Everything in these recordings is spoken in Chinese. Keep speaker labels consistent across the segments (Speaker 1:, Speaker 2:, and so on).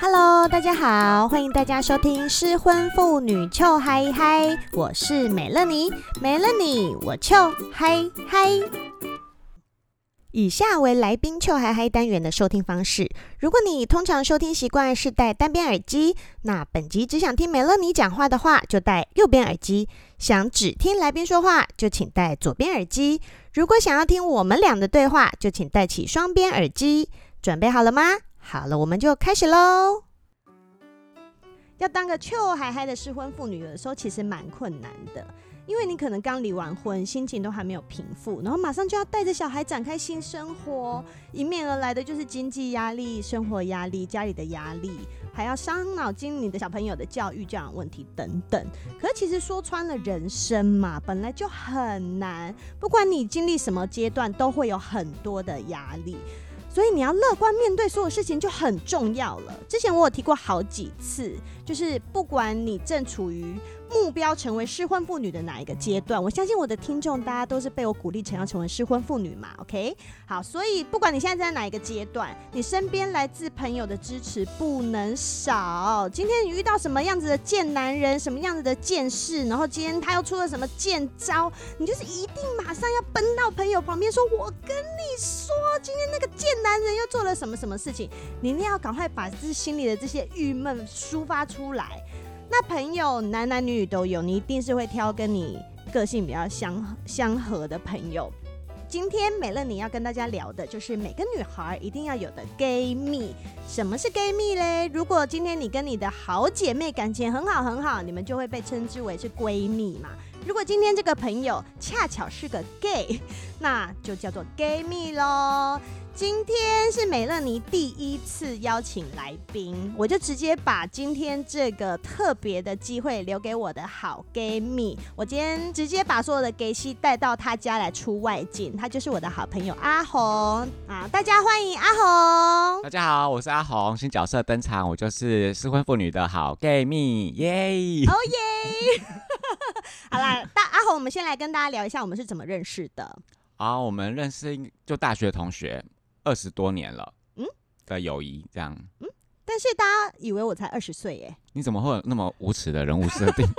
Speaker 1: Hello，大家好，欢迎大家收听《失婚妇女糗嗨嗨》，我是美乐妮，没了你我糗嗨嗨。以下为来宾糗嗨嗨单元的收听方式。如果你通常收听习惯是戴单边耳机，那本集只想听美乐妮讲话的话，就戴右边耳机；想只听来宾说话，就请戴左边耳机。如果想要听我们俩的对话，就请戴起双边耳机。准备好了吗？好了，我们就开始喽。要当个臭嗨嗨的失婚妇女，有的时候其实蛮困难的，因为你可能刚离完婚，心情都还没有平复，然后马上就要带着小孩展开新生活，迎面而来的就是经济压力、生活压力、家里的压力，还要伤脑筋你的小朋友的教育教养问题等等。可是其实说穿了，人生嘛，本来就很难，不管你经历什么阶段，都会有很多的压力。所以你要乐观面对所有事情就很重要了。之前我有提过好几次，就是不管你正处于目标成为失婚妇女的哪一个阶段，我相信我的听众大家都是被我鼓励成要成为失婚妇女嘛。OK，好，所以不管你现在在哪一个阶段，你身边来自朋友的支持不能少。今天你遇到什么样子的贱男人，什么样子的贱事，然后今天他又出了什么贱招，你就是一定马上要奔到朋友旁边说：“我跟你说，今天那个贱男人又做了什么什么事情。”你一定要赶快把自心里的这些郁闷抒发出来。那朋友男男女女都有，你一定是会挑跟你个性比较相相合的朋友。今天美乐你要跟大家聊的就是每个女孩一定要有的 gay 蜜。什么是 gay 蜜嘞？如果今天你跟你的好姐妹感情很好很好，你们就会被称之为是闺蜜嘛。如果今天这个朋友恰巧是个 gay，那 就叫做 gay 蜜喽。今天是美乐妮第一次邀请来宾，我就直接把今天这个特别的机会留给我的好 gay 蜜。我今天直接把所有的 gay 系带到他家来出外景，他就是我的好朋友阿红啊！大家欢迎阿红。
Speaker 2: 大家好，我是阿红，新角色登场，我就是失婚妇女的好 gay 蜜，耶！
Speaker 1: 哦耶！好 啦，大阿红，我们先来跟大家聊一下我们是怎么认识的。
Speaker 2: 啊，我们认识应就大学同学，二十多年了，
Speaker 1: 嗯
Speaker 2: 嗯的友谊这样。
Speaker 1: 但是大家以为我才二十岁耶，
Speaker 2: 你怎么会有那么无耻的人物设定？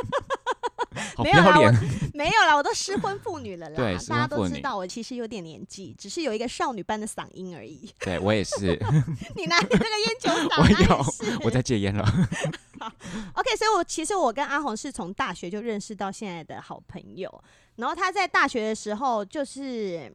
Speaker 2: 好
Speaker 1: 没
Speaker 2: 不
Speaker 1: 有啦
Speaker 2: 要脸！
Speaker 1: 没有啦，我都失婚妇女了啦。
Speaker 2: 对
Speaker 1: 大家
Speaker 2: 失婚
Speaker 1: 都
Speaker 2: 妇女
Speaker 1: 知道我其实有点年纪，只是有一个少女般的嗓音而已。
Speaker 2: 对我也是，
Speaker 1: 你拿你这个烟酒嗓，
Speaker 2: 我
Speaker 1: 哪里
Speaker 2: 有
Speaker 1: 是，
Speaker 2: 我在戒烟了。
Speaker 1: OK，所以我其实我跟阿红是从大学就认识到现在的好朋友。然后他在大学的时候就是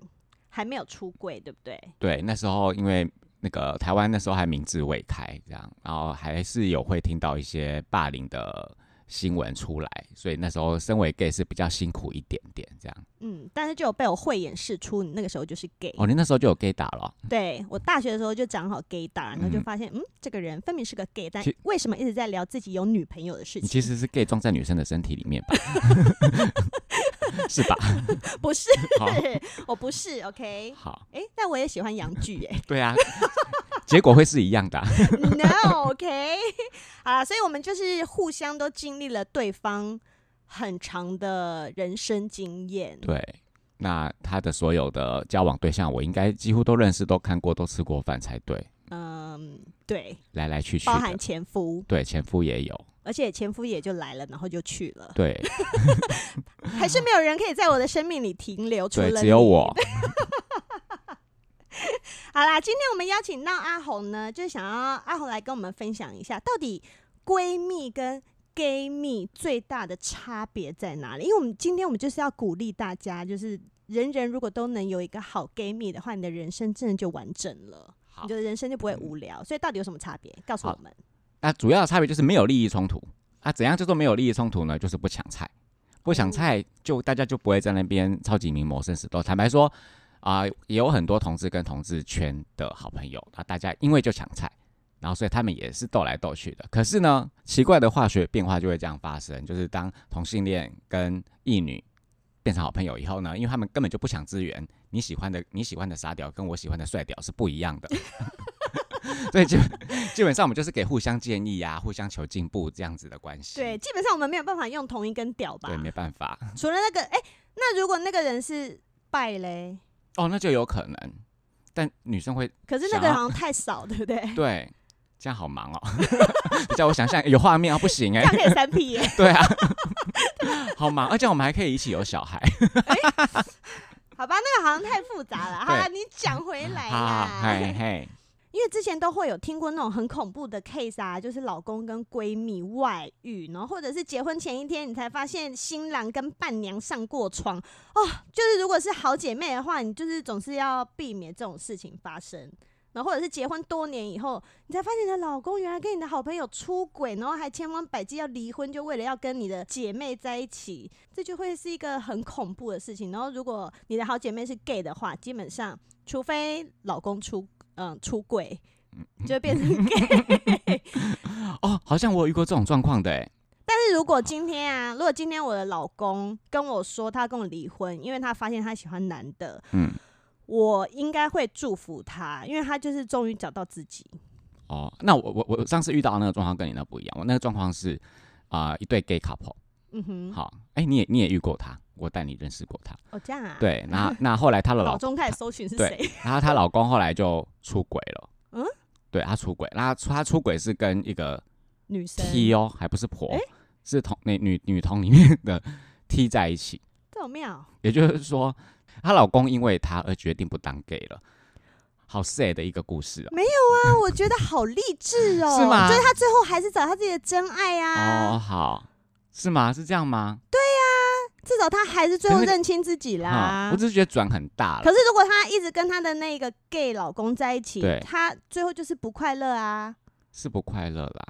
Speaker 1: 还没有出柜，对不对？
Speaker 2: 对，那时候因为那个台湾那时候还民智未开，这样，然后还是有会听到一些霸凌的新闻出来，所以那时候身为 gay 是比较辛苦一点点这样。
Speaker 1: 嗯，但是就有被我慧眼识出，你那个时候就是 gay。
Speaker 2: 哦，你那时候就有 gay 打了哦、
Speaker 1: 对我大学的时候就长好 gay 打，然后就
Speaker 2: 嗯
Speaker 1: 发现，嗯，这个人分明是个 gay，但
Speaker 2: 其
Speaker 1: 为什么一直在聊自己有女朋友的事
Speaker 2: 你
Speaker 1: 情？
Speaker 2: 其实是 gay 装在女生的身体里面吧？ 是吧？
Speaker 1: 不是，
Speaker 2: 好，
Speaker 1: 我不是 OK。
Speaker 2: 好，
Speaker 1: 哎、但我也喜欢洋剧哎、
Speaker 2: 对啊， 结果会是一样的啊、
Speaker 1: No OK 啊，所以我们就是互相都经历了对方很长的人生经验。
Speaker 2: 对，那他的所有的交往对象，我应该几乎都认识、都看过、都吃过饭才对，
Speaker 1: 嗯，对，
Speaker 2: 来来去去
Speaker 1: 包含
Speaker 2: 的。
Speaker 1: 前夫，
Speaker 2: 对，前夫也有，
Speaker 1: 而且前夫也就来了，然后就去 了，
Speaker 2: 对
Speaker 1: 还是没有人可以在我的生命里停留，除
Speaker 2: 对，
Speaker 1: 了
Speaker 2: 只有
Speaker 1: 你
Speaker 2: 我。
Speaker 1: 好啦，今天我们邀请到阿红呢，就是想要阿红来跟我们分享一下，到底闺蜜跟 gay 蜜最大的差别在哪里？因为我们今天我们就是要鼓励大家，就是人人如果都能有一个好 gay 蜜的话，你的人生真的就完整了，
Speaker 2: 好
Speaker 1: 你，的人生就不会无聊。所以到底有什么差别？告诉我
Speaker 2: 好
Speaker 1: 们。
Speaker 2: 那主要的差别就是没有利益冲突啊。怎样叫做没有利益冲突呢？就是不抢菜，不抢菜就大家就不会在那边超级名模生死斗。坦白说啊、也有很多同志跟同志圈的好朋友啊，大家因为就抢菜。然后，所以他们也是斗来斗去的。可是呢，奇怪的化学变化就会这样发生，就是当同性恋跟异女变成好朋友以后呢，因为他们根本就不抢资源，你喜欢的你喜欢的傻屌跟我喜欢的帅屌是不一样的， 所以就基本上我们就是给互相建议啊，互相求进步这样子的关系。
Speaker 1: 对，基本上我们没有办法用同一根屌吧
Speaker 2: 对，？没办法。
Speaker 1: 除了那个，哎、那如果那个人是拜嘞，
Speaker 2: 哦，那就有可能，但女生会
Speaker 1: 可是那
Speaker 2: 想
Speaker 1: 个
Speaker 2: 要
Speaker 1: 好像太少，对不对？
Speaker 2: 对这样好忙哦， 叫我想象有画面啊，不行 哎、
Speaker 1: 这样可以三 P 耶、
Speaker 2: 对啊，好忙，而且我们还可以一起有小孩，
Speaker 1: 好吧，那个好像太复杂了。好了，你讲回来
Speaker 2: 啊， 嘿
Speaker 1: 啦，
Speaker 2: 嘿，
Speaker 1: 因为之前都会有听过那种很恐怖的 case 啊，就是老公跟闺蜜外遇，然后或者是结婚前一天你才发现新郎跟伴娘上过床哦。就是如果是好姐妹的话，你就是总是要避免这种事情发生。然后或者是结婚多年以后，你才发现你的老公原来跟你的好朋友出轨，然后还千方百计要离婚，就为了要跟你的姐妹在一起，这就会是一个很恐怖的事情。然后如果你的好姐妹是 gay 的话，基本上除非老公出嗯出轨，
Speaker 2: 嗯
Speaker 1: 就会变成 gay。
Speaker 2: 哦，好像我有遇过这种状况的哎、
Speaker 1: 但是如果今天啊，如果今天我的老公跟我说他跟我离婚，因为他发现他喜欢男的，
Speaker 2: 嗯，
Speaker 1: 我应该会祝福他，因为他就是终于找到自己。
Speaker 2: 哦，那我我我上次遇到的那个状况跟你那不一样，我那个状况是啊、一对 gay couple，
Speaker 1: 嗯哼，
Speaker 2: 好，哎、你也你也遇过他，我带你认识过他，
Speaker 1: 哦这样啊，，
Speaker 2: 对， 那那后来她的老
Speaker 1: 老钟开始搜寻是
Speaker 2: 对
Speaker 1: 谁？
Speaker 2: 然后她老公后来就出轨了。
Speaker 1: 嗯
Speaker 2: 嗯，对，他出轨，那他出轨是跟一个
Speaker 1: 女生
Speaker 2: T 哦，还不是婆，
Speaker 1: 诶
Speaker 2: 是同那女女同里面的 T 在一起。
Speaker 1: 这么 妙，啊
Speaker 2: 也就是说，她老公因为她而决定不当 gay 了，好 sad 的一个故事哦。
Speaker 1: 没有啊，我觉得好励志哦，
Speaker 2: 是吗
Speaker 1: 就是他最后还是找他自己的真爱啊，
Speaker 2: 哦，好，是吗？是这样吗？
Speaker 1: 至少他还是最后
Speaker 2: 可是那个
Speaker 1: 认清自己啦。
Speaker 2: 啊、我只是觉得转很大
Speaker 1: 可
Speaker 2: 了。
Speaker 1: 是如果她一直跟她的那个 gay 老公在一起
Speaker 2: 对，
Speaker 1: 她最后就是不快乐啊。
Speaker 2: 是不快乐啦。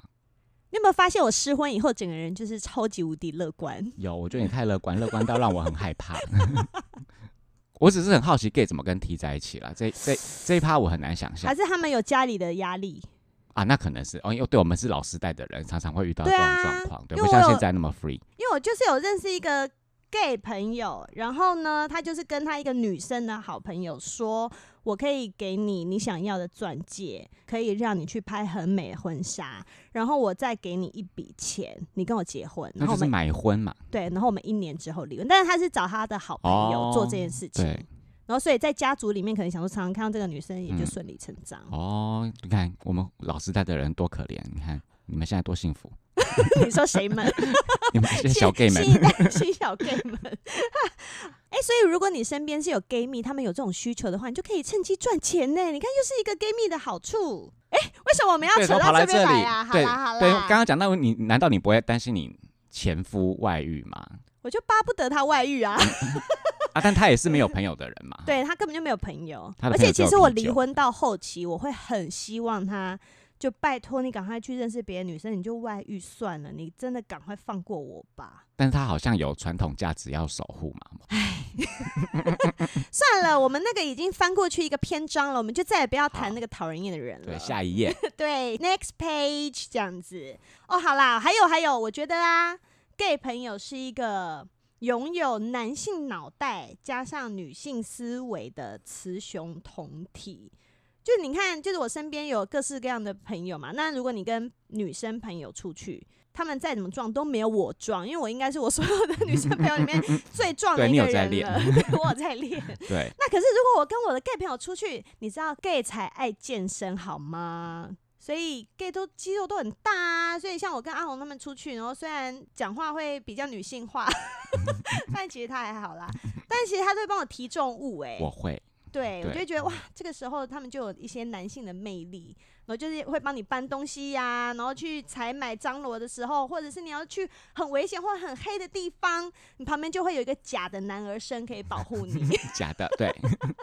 Speaker 1: 你有没有发现我失婚以后，整个人就是超级无敌乐观？
Speaker 2: 有，我觉得你太乐观，乐观到让我很害怕。 我只是很好奇 gay 怎么跟 T 在一起啦，这 这这一趴我很难想象
Speaker 1: 还。是他们有家里的压力？
Speaker 2: 啊，那可能是哦，因为对我们是老时代的人，常常会遇到这
Speaker 1: 对
Speaker 2: 种
Speaker 1: 啊
Speaker 2: 状况，对,、
Speaker 1: 因为
Speaker 2: 不
Speaker 1: 我
Speaker 2: 像现
Speaker 1: 有
Speaker 2: 在那么 free。
Speaker 1: 因为我就是有认识一个 gay 朋友，然后呢，他就是跟他一个女生的好朋友说，我可以给你你想要的钻戒，可以让你去拍很美的婚纱，然后我再给你一笔钱，你跟我结婚，
Speaker 2: 那
Speaker 1: 然后我
Speaker 2: 就
Speaker 1: 们
Speaker 2: 是买婚嘛，
Speaker 1: 对，然后我们一年之后离婚。但是他是找他的好朋友
Speaker 2: 哦
Speaker 1: 做这件事情。
Speaker 2: 对，
Speaker 1: 然后所以在家族里面，可能想说常常看到这个女生，也就
Speaker 2: 嗯
Speaker 1: 顺理成章。
Speaker 2: 哦，你看我们老时代的人多可怜，你看你们现在多幸 福，
Speaker 1: 你说谁们？
Speaker 2: 你们这些小 gay 们
Speaker 1: 新一代新小 gay 们。 哎、所以如果你身边是有 gay 蜜，他们有这种需求的话，你就可以趁机赚钱呢。你看，又是一个 gay 蜜的好处。哎、为什么我们要
Speaker 2: 对，
Speaker 1: 扯
Speaker 2: 都跑
Speaker 1: 到
Speaker 2: 来
Speaker 1: 边
Speaker 2: 里
Speaker 1: 来啊？，好
Speaker 2: 对
Speaker 1: 啦好
Speaker 2: 对，
Speaker 1: 啦，
Speaker 2: 刚刚讲到你，难道你不会担心你前夫外遇吗？
Speaker 1: 我就巴不得他外遇啊，
Speaker 2: 啊，但他也是没有朋友的人嘛，
Speaker 1: 对他根本就没有朋友。
Speaker 2: 他的
Speaker 1: 而
Speaker 2: 朋友
Speaker 1: 且其
Speaker 2: 只
Speaker 1: 实
Speaker 2: 有
Speaker 1: 我
Speaker 2: 啤
Speaker 1: 离
Speaker 2: 酒
Speaker 1: 婚到后期，我会很希望他。就拜托你赶快去认识别的女生，你就外遇算了，你真的赶快放过我吧。
Speaker 2: 但是他好像有传统价值要守护嘛，
Speaker 1: 算了，我们那个已经翻过去一个篇章了，我们就再也不要谈那个讨人厌的人了
Speaker 2: 对，。下一页
Speaker 1: 对 n e x t page 这样子。哦，好啦，还有还有，我觉得啊，gay 朋友是一个拥有男性脑袋加上女性思维的雌雄同体。就你看，就是我身边有各式各样的朋友嘛。那如果你跟女生朋友出去，他们再怎么壮都没有我壮，因为我应该是我所有的女生朋友里 面最壮的
Speaker 2: 对
Speaker 1: 一
Speaker 2: 你
Speaker 1: 个
Speaker 2: 有在
Speaker 1: 人
Speaker 2: 练
Speaker 1: 了。 对，我有在练。
Speaker 2: 对。
Speaker 1: 那可是如果我跟我的 gay 朋友出去，你知道 gay 才爱健身好吗？所以 gay 都肌肉都很大啊，所以像我跟阿红他们出去，然后虽然讲话会比较女性化， 但其实他还好啦。但其实他都会帮我提重物、欸，
Speaker 2: 我会，
Speaker 1: 对我
Speaker 2: 对
Speaker 1: 就会觉得哇，这个时候他们就有一些男性的魅力，然后就是会帮你搬东西呀、然后去采买张罗的时候，或者是你要去很危险或很黑的地方，你旁边就会有一个假的男儿身可以保护你。
Speaker 2: 假的，对，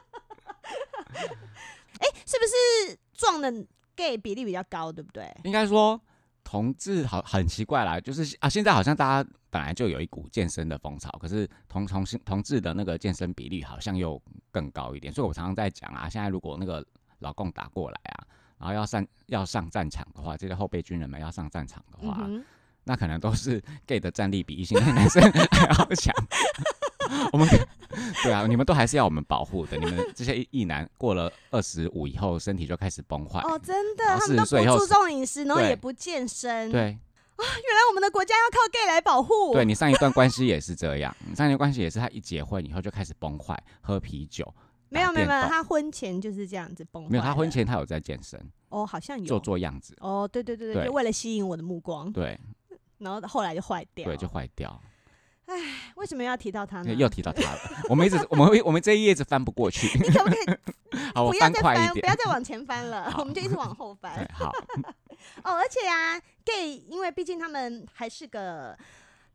Speaker 1: 是不是撞的 gay 比例比较高，对不对？
Speaker 2: 应该说同志好很奇怪啦，就是啊，现在好像大家本来就有一股健身的风潮，可是同同性同志的那个健身比例好像又更高一点，所以我常常在讲啊，现在如果那个老共打过来啊，然后要上要上战场的话，这些后备军人们要上战场的
Speaker 1: 嗯
Speaker 2: 话，
Speaker 1: 哼，
Speaker 2: 那可能都是 gay 的战力比异性恋男生还要强。 我们对啊，你们都还是要我们保护的。你们这些异男过了二十五以后，身体就开始崩坏。
Speaker 1: 哦，真的，
Speaker 2: 哎然后
Speaker 1: 他们都
Speaker 2: 40岁以
Speaker 1: 不
Speaker 2: 后
Speaker 1: 注重饮食，然后
Speaker 2: 对
Speaker 1: 也不健身。，
Speaker 2: 对，
Speaker 1: 原来我们的国家要靠 gay 来保护。
Speaker 2: 对，你 上一段关系也是这样，你上一段关系也是他一结婚以后就开始崩坏，喝啤酒，
Speaker 1: 没有没有没
Speaker 2: 电
Speaker 1: 有，
Speaker 2: 动
Speaker 1: 他婚前就是这样子崩坏了。
Speaker 2: 没有，他婚前他有在健身，
Speaker 1: 哦，好像有
Speaker 2: 做做样子，
Speaker 1: 哦，对对对对，
Speaker 2: 对
Speaker 1: 就为了吸引我的目光，
Speaker 2: 对
Speaker 1: 然后后来就坏掉。
Speaker 2: 对，就坏掉。
Speaker 1: 为什么要提到他呢？
Speaker 2: 又提到他了，我们一直我们会我们这一页一直翻不 过去，
Speaker 1: 你可不可以
Speaker 2: 好，我
Speaker 1: 不要
Speaker 2: 翻
Speaker 1: 再
Speaker 2: 快一
Speaker 1: 翻，不
Speaker 2: 点
Speaker 1: 要。再往前翻 了，我们就一直往后翻
Speaker 2: 对。，好，
Speaker 1: 哦，而且啊，gay，因为毕竟他们还是个，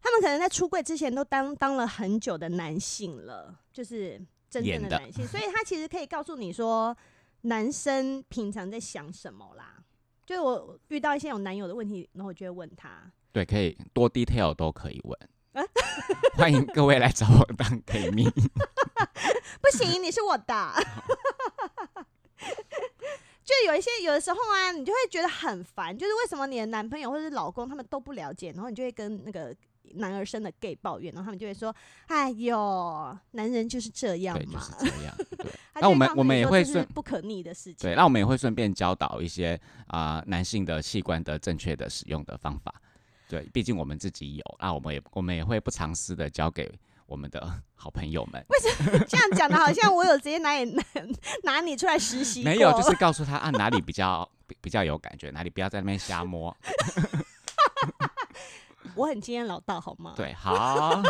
Speaker 1: 他们可能在出柜之前都当当了很久的男性了，就是真正
Speaker 2: 演
Speaker 1: 的
Speaker 2: 的
Speaker 1: 男性，所以他其实可以告诉你说，男生平常在想什么啦。就是我遇到一些有男友的问题，然后我就会问他，
Speaker 2: 对，可以多 detail 都可以问。欢迎各位来找我当 gay 蜜，
Speaker 1: 不行，你是我的。 就有一些有的时候啊，你就会觉得很烦，就是为什么你的男朋友或者是老公他们都不了解，然后你就会跟那个男儿身的 gay 抱怨，然后他们就会说：“哎呦，男人就是这样
Speaker 2: 对，就
Speaker 1: 嘛。
Speaker 2: 是这样。对
Speaker 1: 他
Speaker 2: 那
Speaker 1: 就
Speaker 2: 我
Speaker 1: 会
Speaker 2: 们
Speaker 1: 告诉
Speaker 2: 我们
Speaker 1: 你
Speaker 2: 也
Speaker 1: 说
Speaker 2: 会
Speaker 1: 这是
Speaker 2: 顺
Speaker 1: 不可逆的事情。
Speaker 2: 对，那我们也会顺便教导一些啊、男性的器官的正确的使用的方法。对，毕竟我们自己有，啊那我们也我们也会不藏私的教给我们的 好朋友们。
Speaker 1: 这样讲的好像我有直接拿你拿 拿你出来实习
Speaker 2: 没有，
Speaker 1: 过
Speaker 2: 就是告诉他啊哪里比较比比较有感觉，哪里不要在那边瞎摸。
Speaker 1: 我很经验老道，好吗？，
Speaker 2: 对，好，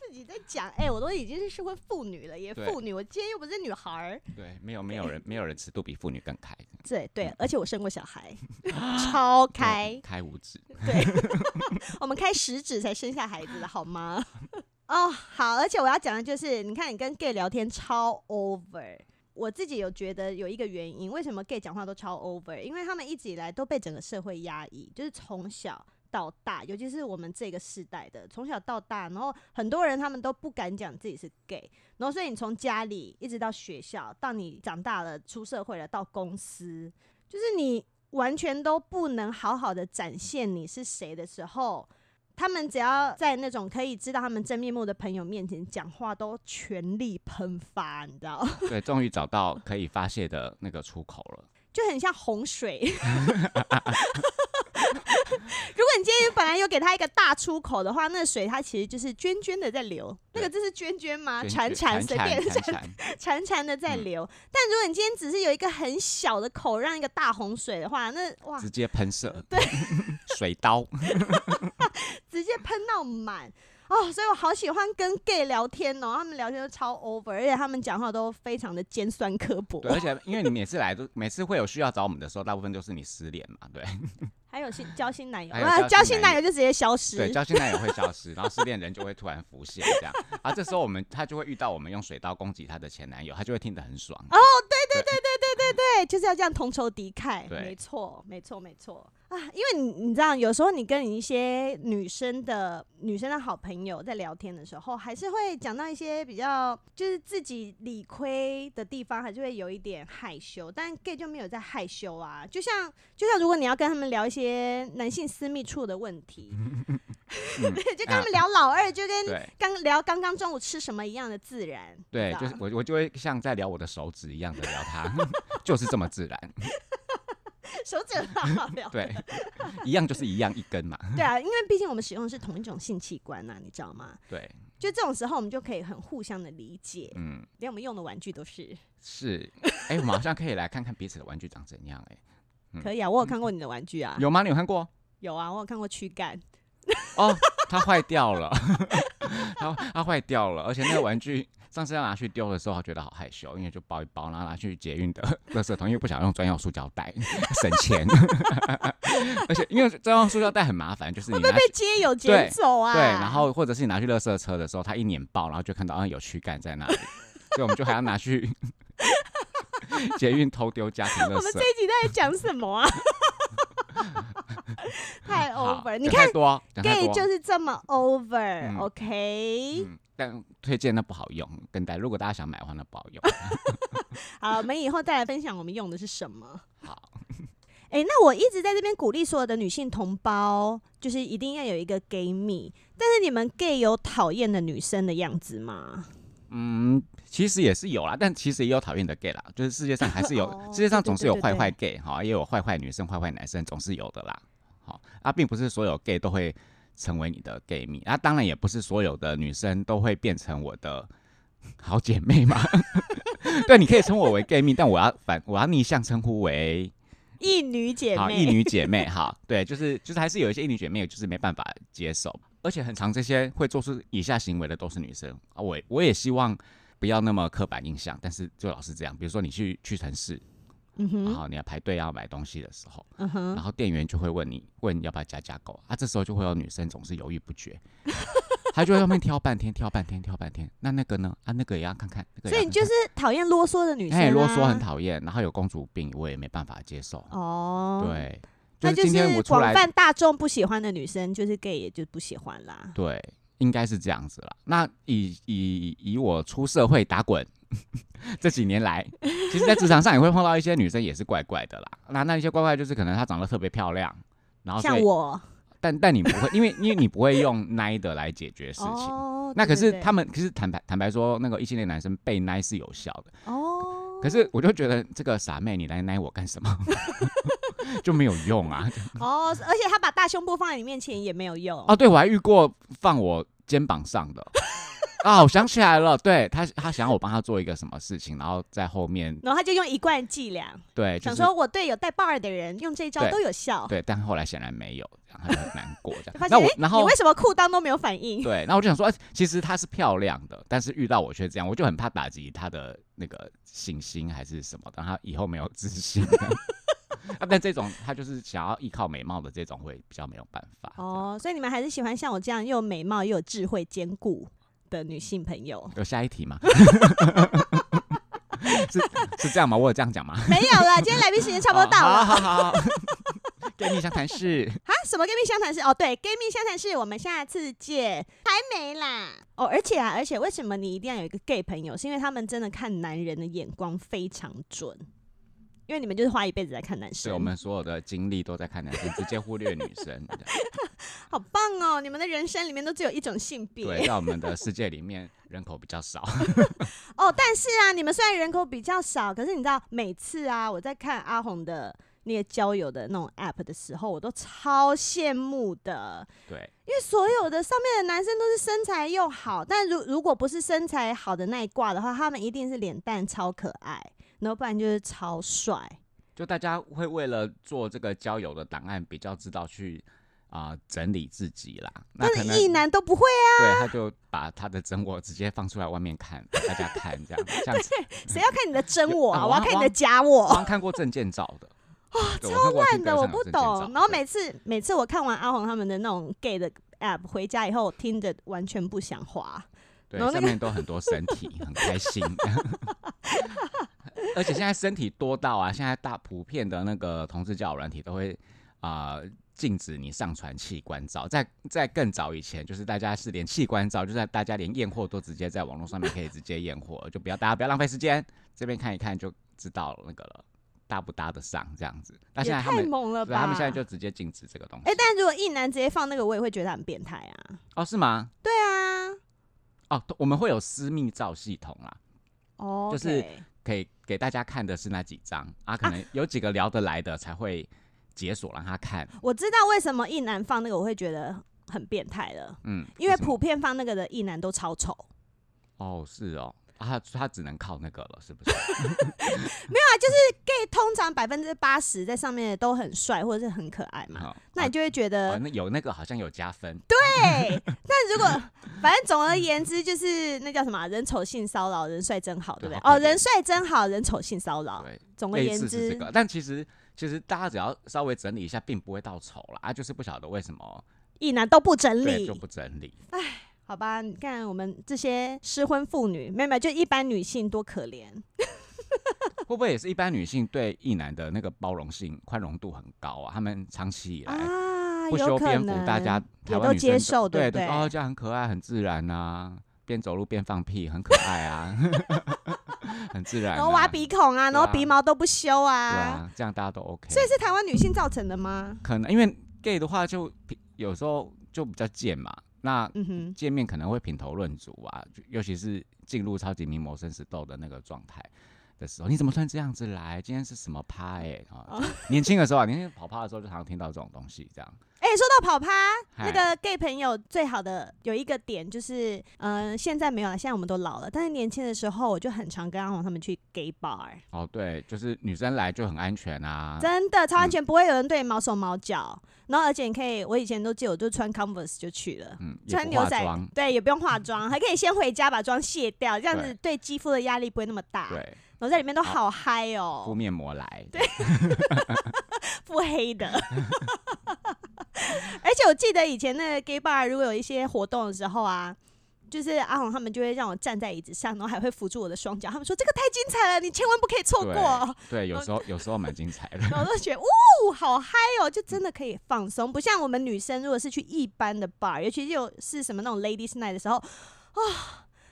Speaker 1: 自己在讲，哎、我都已经是社会妇女了，也
Speaker 2: 对
Speaker 1: 妇女，我今天又不是女孩儿。
Speaker 2: 对，没有没有人没有人尺度比妇女更开，
Speaker 1: 对对，而且我生过小孩，超开
Speaker 2: 对。开五指，
Speaker 1: 对，我们开食指才生下孩子的好吗？ 哦，好，而且我要讲的就是，你看你跟 gay 聊天超 over，我自己有觉得有一个原因，为什么 gay 讲话都超 over？因为他们一直以来都被整个社会压抑，就是从小。到大，尤其是我们这个世代的，从小到大，然后很多人他们都不敢讲自己是 gay，然后所以你从家里一直到学校，到你长大了出社会了，到公司，就是你完全都不能好好的展现你是谁的时候，他们只要在那种可以知道他们真面目的朋友面前讲话，都全力喷发，你知道，
Speaker 2: 对，终于找到可以发泄的那个出口了。
Speaker 1: 就很像洪水。 如果你今天本来有给他一个大出口的话，那水它其实就是涓涓的在流。那个
Speaker 2: 对
Speaker 1: 这是涓涓吗？
Speaker 2: 对
Speaker 1: 潺
Speaker 2: 潺
Speaker 1: 啊随便
Speaker 2: 潺
Speaker 1: 潺
Speaker 2: 潺
Speaker 1: 潺潺的在
Speaker 2: 嗯
Speaker 1: 流。但如果你今天只是有一个很小的口让一个大洪水的话，那哇，
Speaker 2: 直接喷 射，对，水刀，
Speaker 1: 直接喷到满哦，所以我好喜欢跟 gay 聊天哦，他们聊天都超 over，而且他们讲话都非常的尖酸刻薄
Speaker 2: 对，，而且因为你每次来都每次会有需要找我们的时候，大部分都是你失联嘛，对，
Speaker 1: 还有新交心男友，
Speaker 2: 还有
Speaker 1: 啊
Speaker 2: 交
Speaker 1: 交
Speaker 2: 心
Speaker 1: 心
Speaker 2: 男
Speaker 1: 男友就直接消失，
Speaker 2: 对，交现在也会消失，然后失恋人就会突然浮现这样，啊，这时候我们他就会遇到我们用水刀攻击他的前男友，他就会听得很爽，
Speaker 1: 哦，对对对对对对对，就是要这样同仇敌忾，
Speaker 2: 对
Speaker 1: 没错，没错，没错啊！因为你你知道，有时候你跟你一些女生的女生的好朋友在聊天的时候，还是会讲到一些比较就是自己理亏的地方，还是会有一点害羞。但 gay 就没有在害羞啊，就像就像如果你要跟他们聊一些男性私密处的问题，
Speaker 2: 嗯
Speaker 1: 就跟他们聊老二，就跟
Speaker 2: 对
Speaker 1: 刚聊刚刚中午吃什么一样的自然，
Speaker 2: 对
Speaker 1: 你，知
Speaker 2: 就
Speaker 1: 道
Speaker 2: 是我我就会像在聊我的手指一样的聊他， 就是这么自然，
Speaker 1: 手指很好聊。
Speaker 2: 对，一样就是一样一根嘛，
Speaker 1: 对啊，因为毕竟我们使用的是同一种性器官啊呐、你知道吗？
Speaker 2: 对，
Speaker 1: 就这种时候，我们就可以很互相的理解，
Speaker 2: 嗯，
Speaker 1: 连我们用的玩具都是
Speaker 2: 是，哎，我们好像可以来看看彼此的玩具长怎样，哎，嗯
Speaker 1: 可以啊。我有看过你的玩具啊，
Speaker 2: 有吗？你有看过？
Speaker 1: 有啊，我有看过躯干，
Speaker 2: 哦，它坏掉了，它它坏掉了，而且那个玩具上次要拿去丢的时候，我觉得好害羞，因为就包一包，然后拿去捷运的垃圾桶，因为不想用专用塑胶袋，省钱。 而且因为专用塑胶袋很麻烦，就是你拿去
Speaker 1: 被街友捡走啊。
Speaker 2: 对，然后或者是你拿去垃圾车的时候，它一碾爆，然后就看到啊有躯干在那里，所以我们就还要 拿去捷运偷丢家庭垃
Speaker 1: 我们
Speaker 2: 圾
Speaker 1: 这。一集在讲什么啊？ 太
Speaker 2: 好
Speaker 1: over，，你
Speaker 2: 讲
Speaker 1: 看
Speaker 2: 太多讲太
Speaker 1: gay
Speaker 2: 多
Speaker 1: 就是这么 over，OK、
Speaker 2: 嗯
Speaker 1: OK
Speaker 2: 嗯，但推荐那不好用，跟大家如果大家想买的话，那不好用。
Speaker 1: 好，我们以后再来分享我们用的是什么。
Speaker 2: 好，
Speaker 1: 哎、那我一直在这边鼓励所有的女性同胞，就是一定要有一个 gay 蜜。但是你们 gay 有讨厌的女生的样子吗？
Speaker 2: 嗯，其实也是有啦，但其实也有讨厌的 gay 啦，就是世界上还是 有，
Speaker 1: 哦
Speaker 2: 世界上总是有
Speaker 1: 对对对
Speaker 2: 坏坏 gay 哈，也有坏坏女生、坏坏男生，总是有的啦。好啊，并不是所有 gay 都会成为你的 gay 蜜，啊，当然也不是所有的女生都会变成我的好姐妹嘛。 对，你可以称我为 gay 蜜，但我要反我要逆向称呼为
Speaker 1: 一女姐
Speaker 2: 好
Speaker 1: 妹，
Speaker 2: 一女姐妹，好， 对，就是就是还是有一些一女姐妹就是没办法接受，而且很常这些会做出以下行为的都是女生啊，我也我也希望不要那么刻板印象，但是就老是这样，比如说你去去城市，
Speaker 1: 嗯哼，
Speaker 2: 然后你要排队要买东西的时候，
Speaker 1: 嗯哼，
Speaker 2: 然后店员就会问你问要不要加价购啊，这时候就会有女生总是犹豫不决。她就会在外面挑半天，挑半天，挑半天。那那个呢？啊，那个也要看看。那个也
Speaker 1: 所以
Speaker 2: 要
Speaker 1: 你就
Speaker 2: 看
Speaker 1: 是讨厌啰嗦的女生、
Speaker 2: 看
Speaker 1: 啊，
Speaker 2: 哎，啰嗦很讨厌，然后有公主病，我也没办法接受。
Speaker 1: 哦，，
Speaker 2: 对，
Speaker 1: 那
Speaker 2: 是今天我出
Speaker 1: 广
Speaker 2: 来
Speaker 1: 泛大众不喜欢的女生，就是 gay 也就不喜欢啦。
Speaker 2: 对，应该是这样子啦。那以以以我出社会打滚 这几年来，其实，在职场上也会碰到一些女生也是怪怪的啦。那那一些怪怪就是可能她长得特别漂亮，然后所
Speaker 1: 像
Speaker 2: 以
Speaker 1: 我
Speaker 2: 但但你不会，因为因为你不会用 奶的来解决事情。
Speaker 1: 哦，
Speaker 2: 那可
Speaker 1: 对
Speaker 2: 是
Speaker 1: 对对
Speaker 2: 他们，可是坦白坦白说，那个异性恋男生被奶是有效的。
Speaker 1: 哦，
Speaker 2: 可是我就觉得这个傻妹，你来奶我干什么？ 就没有用啊！
Speaker 1: 哦，而且他把大胸部放在你面前也没有用
Speaker 2: 哦，对，我还遇过放我肩膀 上的。啊，我想起来了，对他，他想要我帮他做一个什么事情，然后在后面
Speaker 1: 然后他就用一贯伎俩，
Speaker 2: 对，就
Speaker 1: 想
Speaker 2: 是
Speaker 1: 说我对有带 bar 的人用这招
Speaker 2: 对
Speaker 1: 都有效。
Speaker 2: 对，但后来显然没有，然后他就很难过这
Speaker 1: 发
Speaker 2: 样。
Speaker 1: 现
Speaker 2: 那我
Speaker 1: 诶，
Speaker 2: 然后
Speaker 1: 你为什么裤裆都没有反应？
Speaker 2: 对，那我就想说，哎其实她是漂亮的，但是遇到我却这样，我就很怕打击她的那个信心还是什么，让她以后没有自信 这样。啊，但这种她就是想要依靠美貌的这种会比较没有办法。哦，
Speaker 1: 哦，所以你们还是喜欢像我这样又有美貌又有智慧兼顾的女性朋 友？
Speaker 2: 有下一题吗？是是这样吗？我有这样讲吗？
Speaker 1: 没有了，今天来宾时间差不多到了
Speaker 2: 哦。好好好，对你想谈事，
Speaker 1: 啊，什么 gay 蜜相谈室？哦，对，gay 蜜相谈室，我们下次见。还没啦。哦，而且啊，而且为什么你一定要有一个 gay 朋友？是因为他们真的看男人的眼光非常准，因为你们就是花一辈子在看男
Speaker 2: 是
Speaker 1: 生。
Speaker 2: 我们所有的精力都在看男生，直接忽略女生。
Speaker 1: 好棒哦！你们的人生里面都只有一种性
Speaker 2: 对，
Speaker 1: 别
Speaker 2: 在我们的世界里面，人口比较少。
Speaker 1: 哦。但是啊，你们虽然人口比较少，可是你知道，每次啊，我在看阿红的那些交友的那种 app 的时候，我都超羡慕的。
Speaker 2: 对，
Speaker 1: 因为所有的上面的男生都是身材又好，但如如果不是身材好的那一挂的话，他们一定是脸蛋超可爱，然后不然就是超帅。
Speaker 2: 就大家会为了做这个交友的档案，比较知道去啊、整理自己啦。那
Speaker 1: 但
Speaker 2: 可能
Speaker 1: 是异男都不会啊，
Speaker 2: 对，他就把他的真我直接放出来外面看，给大家看这样。 这样子，
Speaker 1: 谁要看你的真我啊？
Speaker 2: 啊
Speaker 1: 我要看你的假
Speaker 2: 我
Speaker 1: 我。
Speaker 2: 好像看过证件照的。对我看过
Speaker 1: 看的
Speaker 2: Tinder 上有证件照对哇
Speaker 1: 我不懂。然后每次每次我看完阿红他们的那种 gay 的 app 回家以后，我听着完全不想滑。
Speaker 2: 对
Speaker 1: 然后那
Speaker 2: 上
Speaker 1: 个
Speaker 2: 面都很多身体， 很开心。而且现在身体多到啊，现在大普遍的那个同志交友软体都会啊、呃禁止你上传器官照。在在更早以前，就是大家是连器官照，就是大家连验货都直接在网络上面可以直接验货，就不要大家不要浪费时间，这边看一看就知道那个了，搭不搭得上这样子。那
Speaker 1: 也
Speaker 2: 现在他
Speaker 1: 太
Speaker 2: 们
Speaker 1: 猛了
Speaker 2: 对啊
Speaker 1: 吧！
Speaker 2: 他们现在就直接禁止这个东西。
Speaker 1: 哎、但如果异男直接放那个，我也会觉得他很变态啊。
Speaker 2: 哦，是吗？
Speaker 1: 对啊，
Speaker 2: 哦，我们会有私密照系统啦。
Speaker 1: 哦、
Speaker 2: 就是
Speaker 1: OK
Speaker 2: 可以给大家看的是那几张啊，可能有几个聊得来的才会解锁让他看。
Speaker 1: 我知道为什么一男放那个我会觉得很变态了，
Speaker 2: 嗯，
Speaker 1: 因为
Speaker 2: 什么
Speaker 1: 普遍放那个的一男都超丑。
Speaker 2: 哦是哦，啊他他只能靠那个了， 是不是？
Speaker 1: 对，通常百分之八十在上面的都很帅或者是很可爱嘛，
Speaker 2: 好，
Speaker 1: 那
Speaker 2: 啊
Speaker 1: 你就会觉
Speaker 2: 哦
Speaker 1: 得
Speaker 2: 那有那个好像有加分，
Speaker 1: 对。但如果反正总而言之就是那叫什么啊人丑性骚扰，人帅真好，对不
Speaker 2: 对
Speaker 1: 对？
Speaker 2: 好可
Speaker 1: 哦，
Speaker 2: 怜
Speaker 1: 人帅真好，人丑性骚扰。
Speaker 2: 对，
Speaker 1: 总而
Speaker 2: 类
Speaker 1: 言
Speaker 2: 似是
Speaker 1: 之
Speaker 2: 这，个。但其实其实大家只要稍微整理一下，并不会到丑啦，啊，就是不晓得为什么
Speaker 1: 一男都不整
Speaker 2: 对
Speaker 1: 理
Speaker 2: 就，不整理。
Speaker 1: 好吧？你看我们这些失婚妇女，没有没有，就一般女性多可怜。
Speaker 2: 会不会也是一般女性对异男的那个包容性、宽容度很高啊？他们长期以来
Speaker 1: 啊，
Speaker 2: 不
Speaker 1: 有
Speaker 2: 修
Speaker 1: 可
Speaker 2: 边
Speaker 1: 能
Speaker 2: 幅，大家台
Speaker 1: 也
Speaker 2: 湾
Speaker 1: 都
Speaker 2: 女
Speaker 1: 接
Speaker 2: 生
Speaker 1: 受，
Speaker 2: 对
Speaker 1: 不
Speaker 2: 都
Speaker 1: 对？
Speaker 2: 哦，这样很可爱，很自然啊，边走路边放屁，很可爱啊， 很自然、啊。
Speaker 1: 然后挖鼻孔啊，然
Speaker 2: 对
Speaker 1: 后
Speaker 2: 啊
Speaker 1: 鼻毛都不修
Speaker 2: 对
Speaker 1: 啊，
Speaker 2: 啊，这样大家都 OK。
Speaker 1: 所以是台湾女性造成的吗？
Speaker 2: 可能因为 gay 的话就平，有时候就比较贱嘛，那
Speaker 1: 嗯哼，
Speaker 2: 见面可能会品头论足啊，就尤其是进入超级名模生死斗的那个状态。的时候，你怎么穿这样子哦
Speaker 1: 哦
Speaker 2: 来？今天是什么趴、欸？哎、啊，年轻的时候啊，年轻跑趴的时候就常常听到这种东西，这样
Speaker 1: 哎、说到跑趴，那
Speaker 2: 嗨
Speaker 1: 个 gay 朋友最好的有一个点就是，嗯，现在没有了，现在我们都老了。但是年轻的时候，我就很常跟阿红他们去 gay bar，、
Speaker 2: 哦，对，就是女生来就很安全啊。
Speaker 1: 真的超安全，不会有人对你毛手毛脚。然后而且你可以，我以前都记得，我就穿 Converse 就去了。
Speaker 2: 嗯，也
Speaker 1: 穿
Speaker 2: 不
Speaker 1: 牛
Speaker 2: 化
Speaker 1: 仔
Speaker 2: 妆，，
Speaker 1: 对，也不用化妆，还可以先回家把妆卸掉，这样子对肌肤的压力不会那么大。
Speaker 2: 对，
Speaker 1: 然后在里面都
Speaker 2: 好
Speaker 1: 好嗨啊哦、
Speaker 2: 敷面膜来。对，
Speaker 1: 腹黑 的。而且我记得以前那个 gay bar 如果有一些活动的时候啊，就是阿红他们就会让我站在椅子上，然后还会扶住我的双脚，他们说这个太精彩了，你千万不可以错过。
Speaker 2: 对，有时候有时候蛮精彩的。
Speaker 1: 然后我就觉得，呜，好嗨哦，就真的可以放松，不像我们女生，如果是去一般的 bar，尤其是有是什么那种 ladies night 的时候，啊、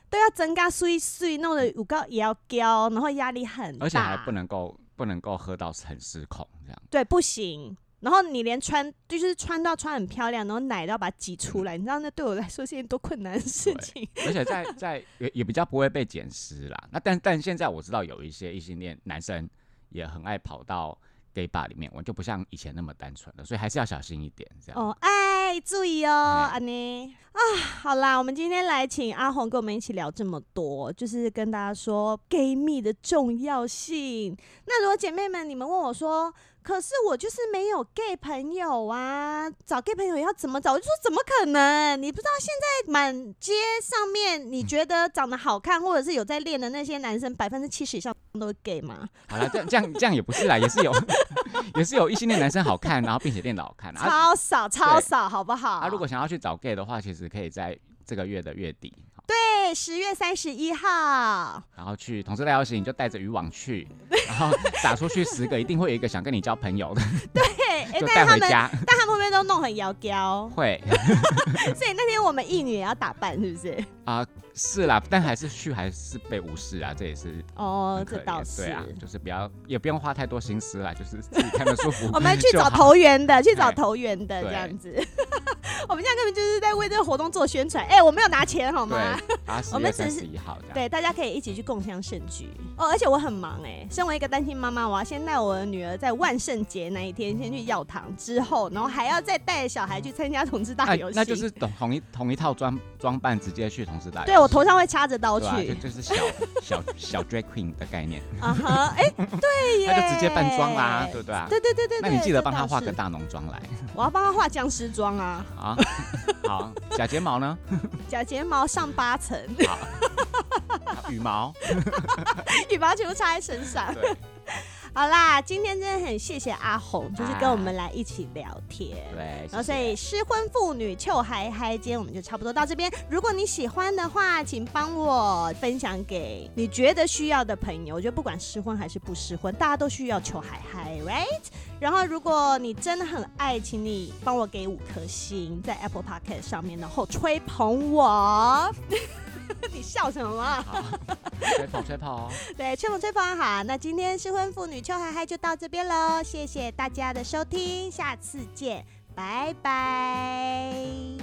Speaker 1: 都要增加碎碎，弄得五高也要高，然后压力很大，
Speaker 2: 而且还不能够不能够喝到很失控这样。
Speaker 1: 对，不行。然后你连穿就是穿到穿很漂亮，然后奶都要把它挤出来，你知道那对我来说是一件多困难的事情。
Speaker 2: 而 且在在也也比较不会被捡尸啦。那但但现在我知道有一些异性恋男生也很爱跑到 gay bar 里面，我就不像以前那么单纯了，所以还是要小心一点这样。
Speaker 1: 哦，哎，注意哦，
Speaker 2: 哎
Speaker 1: 阿妮啊，好啦，我们今天来请阿红跟我们一起聊这么多，就是跟大家说 gay 蜜的重要性。那如果姐妹们你们问我说，可是我就是没有 gay 朋友啊，找 gay 朋友要怎么找？我就说怎么可能？你不知道现在满街上面你觉
Speaker 2: 嗯
Speaker 1: 得长得好看或者是有在练的那些男生，百分之七十以上都是 gay 吗？
Speaker 2: 好了，这样这样这样也不是啦，也是有也是有异性恋男生好看，然后并且练得好看啊。
Speaker 1: 超少，超少，好不好？
Speaker 2: 啊，如果想要去找 gay 的话，其实可以在这个月的月底，好
Speaker 1: 对哎十月三十一号。
Speaker 2: 然后去同志大游行，你就带着渔网 去，然后打出去十个，一定会有一个想跟你交朋友的，
Speaker 1: 对，哎、但
Speaker 2: 就带
Speaker 1: 是他
Speaker 2: 回
Speaker 1: 们，
Speaker 2: 家。
Speaker 1: 但他们会不会都弄很摇摇？
Speaker 2: 会
Speaker 1: 所以那天我们义女也要打扮，是不 是？
Speaker 2: 啊、是啦，但还是去还是被无视啊，这也是
Speaker 1: 哦
Speaker 2: 很，可
Speaker 1: 这倒
Speaker 2: 怜
Speaker 1: 是。
Speaker 2: 对啊，就是不要也不用花太多心思啦，就是自己看得舒服就好。
Speaker 1: 我们去找投缘 的，去找
Speaker 2: 哎
Speaker 1: 投缘的这
Speaker 2: 对
Speaker 1: 样子。 我们现在根本就是在为这个活动做宣传。哎、我没有拿钱好
Speaker 2: 对
Speaker 1: 吗？，
Speaker 2: 啊，十
Speaker 1: 我
Speaker 2: 月
Speaker 1: 们只
Speaker 2: 三
Speaker 1: 是
Speaker 2: 十一号这样。啊
Speaker 1: 对，大家可以一起去共襄盛举哦。而且我很忙哎、身为一个单亲妈妈，我要先带我的女儿在万圣节那一天先去药堂，之后，然后还要再带小孩去参加同志大
Speaker 2: 哎
Speaker 1: 游戏、
Speaker 2: 那就是同同一同一套装装扮，直接去同事大游戏。
Speaker 1: 对我头上会插着刀
Speaker 2: 对啊
Speaker 1: 去
Speaker 2: 就就是小 小小 drag queen 的概念，
Speaker 1: 啊哈，哎、 对耶，
Speaker 2: 他就直接扮装啦，对不对啊？
Speaker 1: 对对对对
Speaker 2: 那
Speaker 1: 对，
Speaker 2: 你记得
Speaker 1: 这
Speaker 2: 帮他
Speaker 1: 倒
Speaker 2: 画
Speaker 1: 是
Speaker 2: 个大浓妆来
Speaker 1: 我要帮他画僵尸妆啊，
Speaker 2: 啊。好，假睫毛呢？
Speaker 1: 假睫毛上八层，
Speaker 2: 啊羽毛。
Speaker 1: 羽毛球插在身上。
Speaker 2: 对
Speaker 1: 好啦，今天真的很谢谢阿红，就是跟
Speaker 2: 啊
Speaker 1: 我们来一起聊天。
Speaker 2: 对。
Speaker 1: 然后，所
Speaker 2: 谢谢
Speaker 1: 以失婚妇女糗嗨嗨，今天我们就差不多到这边。如果你喜欢的话，请帮我分享给你觉得需要的朋友。我觉得不管失婚还是不失婚，大家都需要糗嗨嗨，right？然后，如果你真的很爱，请你帮我给五颗星，在 Apple p o c k e t 上面，然后吹捧我。 你笑什么啊？
Speaker 2: 好，吹泡吹泡哦。
Speaker 1: 对，吹捧吹捧好。那今天失婚妇女糗嗨嗨就到这边喽，谢谢大家的收听，下次见，拜拜。